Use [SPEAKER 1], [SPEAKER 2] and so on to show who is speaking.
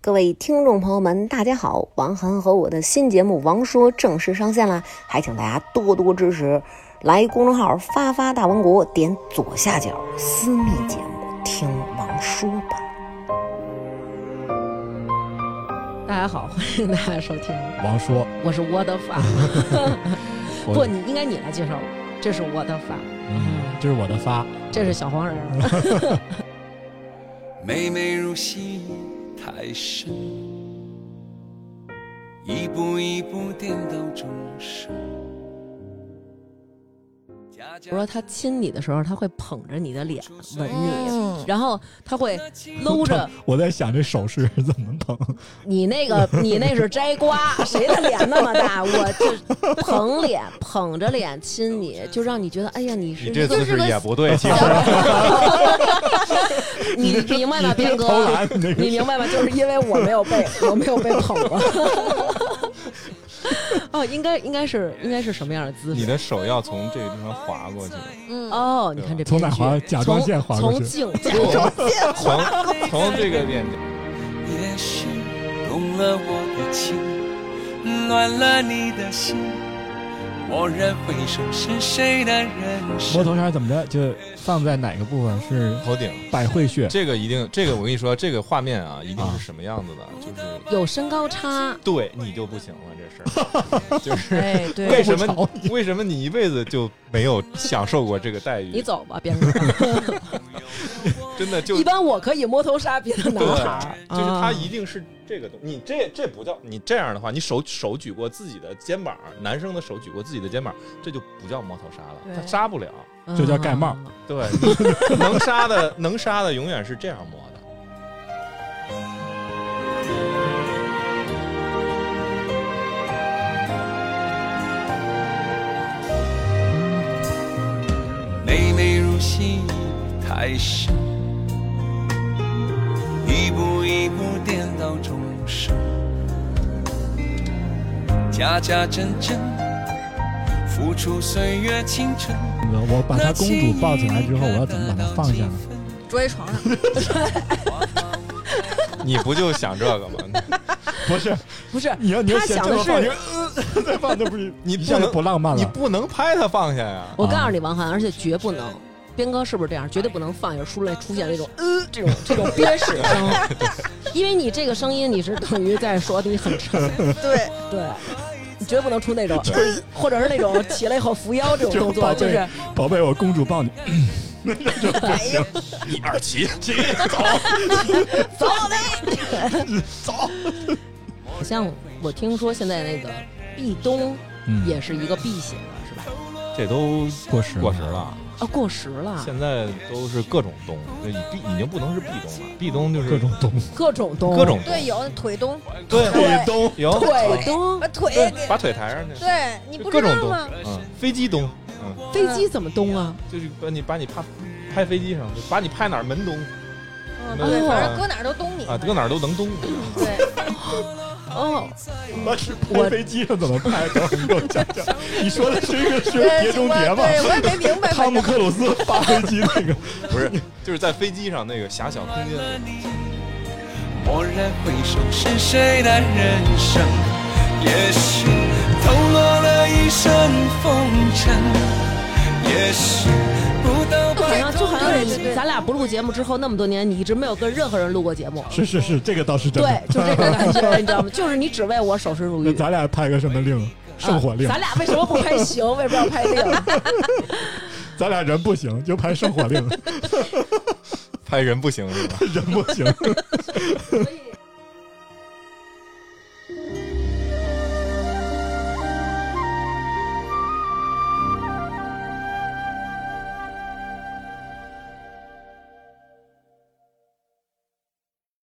[SPEAKER 1] 各位听众朋友们，大家好！王涵和我的新节目《王说》正式上线啦，还请大家多多支持。来公众号“发发大王国”，点左下角私密节目听王说吧。
[SPEAKER 2] 大家好，欢迎大家收听，
[SPEAKER 3] 王说，
[SPEAKER 2] 我是我的 发。
[SPEAKER 3] 我
[SPEAKER 2] 不，你应该你来介绍我，这是我的发，
[SPEAKER 3] 嗯，这是我的发，
[SPEAKER 2] 这是小黄人儿。
[SPEAKER 4] 每每入戏太深，一步一步颠倒众生。
[SPEAKER 2] 我说他亲你的时候，他会捧着你的脸吻你，
[SPEAKER 5] 嗯，
[SPEAKER 2] 然后他会搂着
[SPEAKER 3] 我在想这手势怎么捧，
[SPEAKER 2] 你那 个，你那是摘瓜，谁的脸那么大？我这捧脸捧着脸亲 你，就让你觉得，哎呀，你是
[SPEAKER 6] 你
[SPEAKER 2] 一
[SPEAKER 6] 这
[SPEAKER 2] 个
[SPEAKER 6] 姿势也不对，其实
[SPEAKER 2] 你明白吧，边
[SPEAKER 3] 投
[SPEAKER 2] 哥
[SPEAKER 3] 篮？你那
[SPEAKER 2] 你
[SPEAKER 3] 个
[SPEAKER 2] 明白吗？就是因为我没有被我没有被捧过。 哦，应该应该是应该是什么样的姿
[SPEAKER 6] 你
[SPEAKER 2] 势？
[SPEAKER 6] 的嗯手要从这个地方划过去，
[SPEAKER 2] 哦，你看这
[SPEAKER 3] 从哪
[SPEAKER 2] 编剧
[SPEAKER 3] 划甲状腺划过
[SPEAKER 2] 从
[SPEAKER 3] 去
[SPEAKER 2] 镜
[SPEAKER 6] 从从这个点，
[SPEAKER 4] 也许动了我的情，暖了你的心。蓦然回首，是谁的人
[SPEAKER 3] 摸
[SPEAKER 4] 生？
[SPEAKER 3] 头杀怎么着，就放在哪个部分是
[SPEAKER 6] 头顶。
[SPEAKER 3] 百会穴，
[SPEAKER 6] 这个一定，这个我跟你说，这个画面啊，一定是什么样子的，就是
[SPEAKER 2] 有身高差，
[SPEAKER 6] 对你就不行了，这事儿就是
[SPEAKER 5] 哎，对，
[SPEAKER 6] 为什
[SPEAKER 3] 够
[SPEAKER 6] 么为什么你一辈子就没有享受过这个待遇？
[SPEAKER 2] 你走吧，边哥。
[SPEAKER 6] 真的 就
[SPEAKER 2] 一般我可以摸头杀别的男
[SPEAKER 6] 对
[SPEAKER 2] 孩儿，，
[SPEAKER 6] 就是
[SPEAKER 2] 啊
[SPEAKER 6] 他一定是这个东，你这这不叫你这样的话，你手手举过自己的肩膀，男生的手举过自己的肩膀，这就不叫摸头杀了，
[SPEAKER 5] 对
[SPEAKER 6] 他杀不了。
[SPEAKER 3] 这叫盖帽儿。
[SPEAKER 2] 嗯
[SPEAKER 6] 对，能杀的 能杀的永远是这样摸的。
[SPEAKER 4] 每每入戏太深，一步一步颠倒众生。假假真真，付出岁月青春。
[SPEAKER 3] 那个我把她公主抱起来之后，我要怎么把她放下呢？
[SPEAKER 2] 嗯
[SPEAKER 5] 追床上，
[SPEAKER 6] 你不就想这 个吗？
[SPEAKER 3] 不是，
[SPEAKER 2] 不是，
[SPEAKER 3] 你要你要
[SPEAKER 2] 他
[SPEAKER 3] 先
[SPEAKER 2] 想
[SPEAKER 3] 这
[SPEAKER 2] 的
[SPEAKER 3] 么放，
[SPEAKER 2] 是
[SPEAKER 3] 你呃再放，那不 是
[SPEAKER 6] 你
[SPEAKER 3] 一
[SPEAKER 6] 不
[SPEAKER 3] 下就
[SPEAKER 6] 能
[SPEAKER 3] 不浪漫
[SPEAKER 6] 你
[SPEAKER 3] 了。
[SPEAKER 6] 不能拍他放下呀。
[SPEAKER 2] 我告诉你，王涵，而且绝不能。边哥是不是这样？绝对不能放下出来出现那种呃这种这种憋屎 声，因为你这个声音你是等于在说你很沉，
[SPEAKER 5] 对，
[SPEAKER 2] 对，你绝不能出那种呃，或者是那种起来以后扶腰这种动作，
[SPEAKER 3] 宝
[SPEAKER 2] 就是
[SPEAKER 3] 贝，宝贝，我公主 抱你，
[SPEAKER 5] 哎呀，
[SPEAKER 6] 一二起，起
[SPEAKER 5] 走你，
[SPEAKER 2] 好像我听说现在那个壁咚
[SPEAKER 3] 嗯
[SPEAKER 2] 也是一个避险了，是吧？
[SPEAKER 6] 这都
[SPEAKER 3] 过时
[SPEAKER 6] 过时了，
[SPEAKER 2] 啊，过时了，
[SPEAKER 6] 现在都是各种动，就已壁已经不能是壁咚了，壁咚就是
[SPEAKER 3] 各种动，
[SPEAKER 2] 各种咚，
[SPEAKER 6] 各种动
[SPEAKER 5] 对，有腿咚，
[SPEAKER 6] 对
[SPEAKER 5] 腿
[SPEAKER 6] 咚有
[SPEAKER 2] 腿咚
[SPEAKER 5] 把，腿
[SPEAKER 6] 哦对
[SPEAKER 5] 给，
[SPEAKER 6] 把腿抬上去，
[SPEAKER 5] 对，你
[SPEAKER 6] 就
[SPEAKER 5] 不
[SPEAKER 6] 各
[SPEAKER 5] 知
[SPEAKER 6] 种
[SPEAKER 5] 道
[SPEAKER 6] 动
[SPEAKER 5] 吗？，
[SPEAKER 6] 嗯，飞机咚，嗯，
[SPEAKER 2] 飞机怎么咚啊？
[SPEAKER 6] 就是把你把你拍拍飞机上，就把你拍哪儿门咚
[SPEAKER 5] 嗯，
[SPEAKER 6] 没
[SPEAKER 2] 有
[SPEAKER 5] 对，反
[SPEAKER 6] 啊
[SPEAKER 5] 正搁哪儿都咚你，
[SPEAKER 6] 啊，搁哪儿都能咚。
[SPEAKER 5] 对，
[SPEAKER 2] 哦，
[SPEAKER 3] 那是
[SPEAKER 2] 我
[SPEAKER 3] 拍飞机上怎么拍 的？给我讲讲，你说的是一个是
[SPEAKER 5] 对
[SPEAKER 3] 碟中谍吗？
[SPEAKER 5] 对，我也没明白，
[SPEAKER 3] 汤姆克鲁斯发飞机那个，
[SPEAKER 6] 不是，就是在飞机上那个狭小空间里。
[SPEAKER 4] 蓦然回首，是谁的人生？也许抖落了一身风尘，也许不到
[SPEAKER 2] 好
[SPEAKER 4] 白
[SPEAKER 2] 像就好像
[SPEAKER 5] 对对
[SPEAKER 2] 你
[SPEAKER 5] 对
[SPEAKER 2] 咱俩不录节目之后那么多年，你一直没有跟任何人录过节目，
[SPEAKER 3] 是是是，这个倒是真
[SPEAKER 2] 对
[SPEAKER 3] 的，。
[SPEAKER 2] 就这个感觉，你知道吗？就是你只为我守身如
[SPEAKER 3] 那
[SPEAKER 2] 玉。啊
[SPEAKER 3] 咱俩拍个什么令？圣火令
[SPEAKER 2] 啊，咱俩为什么不拍行？为什么要拍令？
[SPEAKER 3] 咱俩人不行，就 拍圣火令，
[SPEAKER 6] 拍人不行是吧？
[SPEAKER 3] 人不行。
[SPEAKER 2] 所以